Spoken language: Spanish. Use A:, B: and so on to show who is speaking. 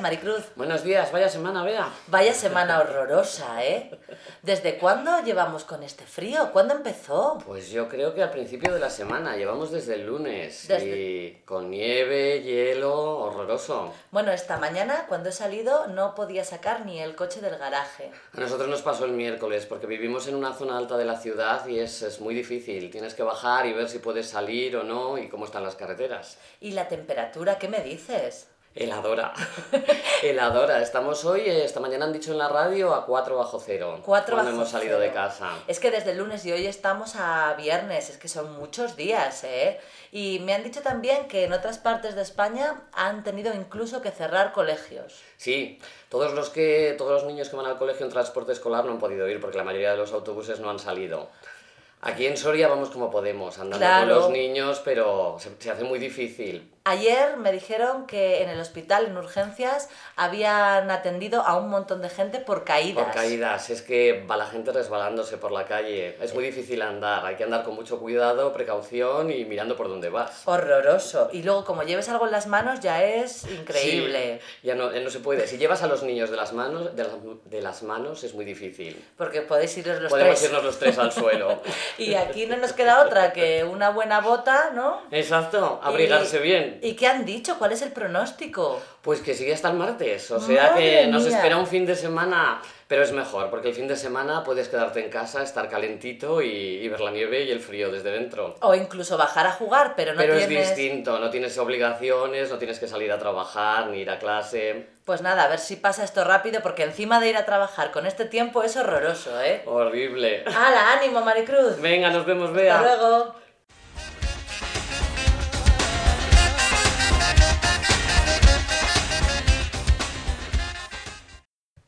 A: Maricruz.
B: Buenos días, vaya semana, Bea.
A: Vaya semana horrorosa, ¿eh? ¿Desde cuándo llevamos con este frío? ¿Cuándo empezó?
B: Pues yo creo que al principio de la semana, llevamos desde el lunes.
A: Desde-
B: Y con nieve, hielo, horroroso.
A: Bueno, esta mañana cuando he salido no podía sacar ni el coche del garaje.
B: A nosotros nos pasó el miércoles porque vivimos en una zona alta de la ciudad y es, es muy difícil. Tienes que bajar y ver si puedes salir o no y cómo están las carreteras.
A: ¿Y la temperatura? ¿Qué me dices?
B: Heladora. Heladora. Estamos hoy, eh, esta mañana han dicho en la radio, a 4 bajo cero.
A: 4
B: cuando
A: bajo
B: hemos salido
A: cero.
B: de casa.
A: Es que desde el lunes y hoy estamos a viernes, es que son muchos días, ¿eh? Y me han dicho también que en otras partes de España han tenido incluso que cerrar colegios.
B: Sí, todos los que todos los niños que van al colegio en transporte escolar no han podido ir porque la mayoría de los autobuses no han salido. Aquí en Soria vamos como podemos, andando
A: Claro.
B: con los niños, pero se, se hace muy difícil.
A: Ayer me dijeron que en el hospital, en urgencias, habían atendido a un montón de gente por caídas.
B: Por caídas, es que va la gente resbalándose por la calle. Es muy difícil andar, hay que andar con mucho cuidado, precaución y mirando por dónde
A: Oh,
B: vas.
A: Horroroso. Y luego, como lleves algo en las manos, ya es increíble.
B: Sí, ya no, no se puede. Si llevas a los niños de las manos, de las, de las manos es muy difícil.
A: Porque podéis iros los
B: Podemos
A: tres.
B: irnos los tres al suelo.
A: Y aquí no nos queda otra que una buena bota, ¿no?
B: Exacto, abrigarse
A: Y-
B: bien.
A: ¿Y qué han dicho? ¿Cuál es el pronóstico?
B: Pues que sigue hasta el martes, o sea
A: Madre
B: que nos
A: mía.
B: espera un fin de semana, pero es mejor, porque el fin de semana puedes quedarte en casa, estar calentito y, y ver la nieve y el frío desde dentro.
A: O incluso bajar a jugar, pero no
B: pero
A: tienes...
B: es distinto, no tienes obligaciones, no tienes que salir a trabajar ni ir a clase.
A: Pues nada, a ver si pasa esto rápido, porque encima de ir a trabajar con este tiempo es horroroso, ¿eh?
B: Horrible.
A: ¡Hala, ánimo, Maricruz!
B: Venga, nos vemos, Bea.
A: Hasta luego.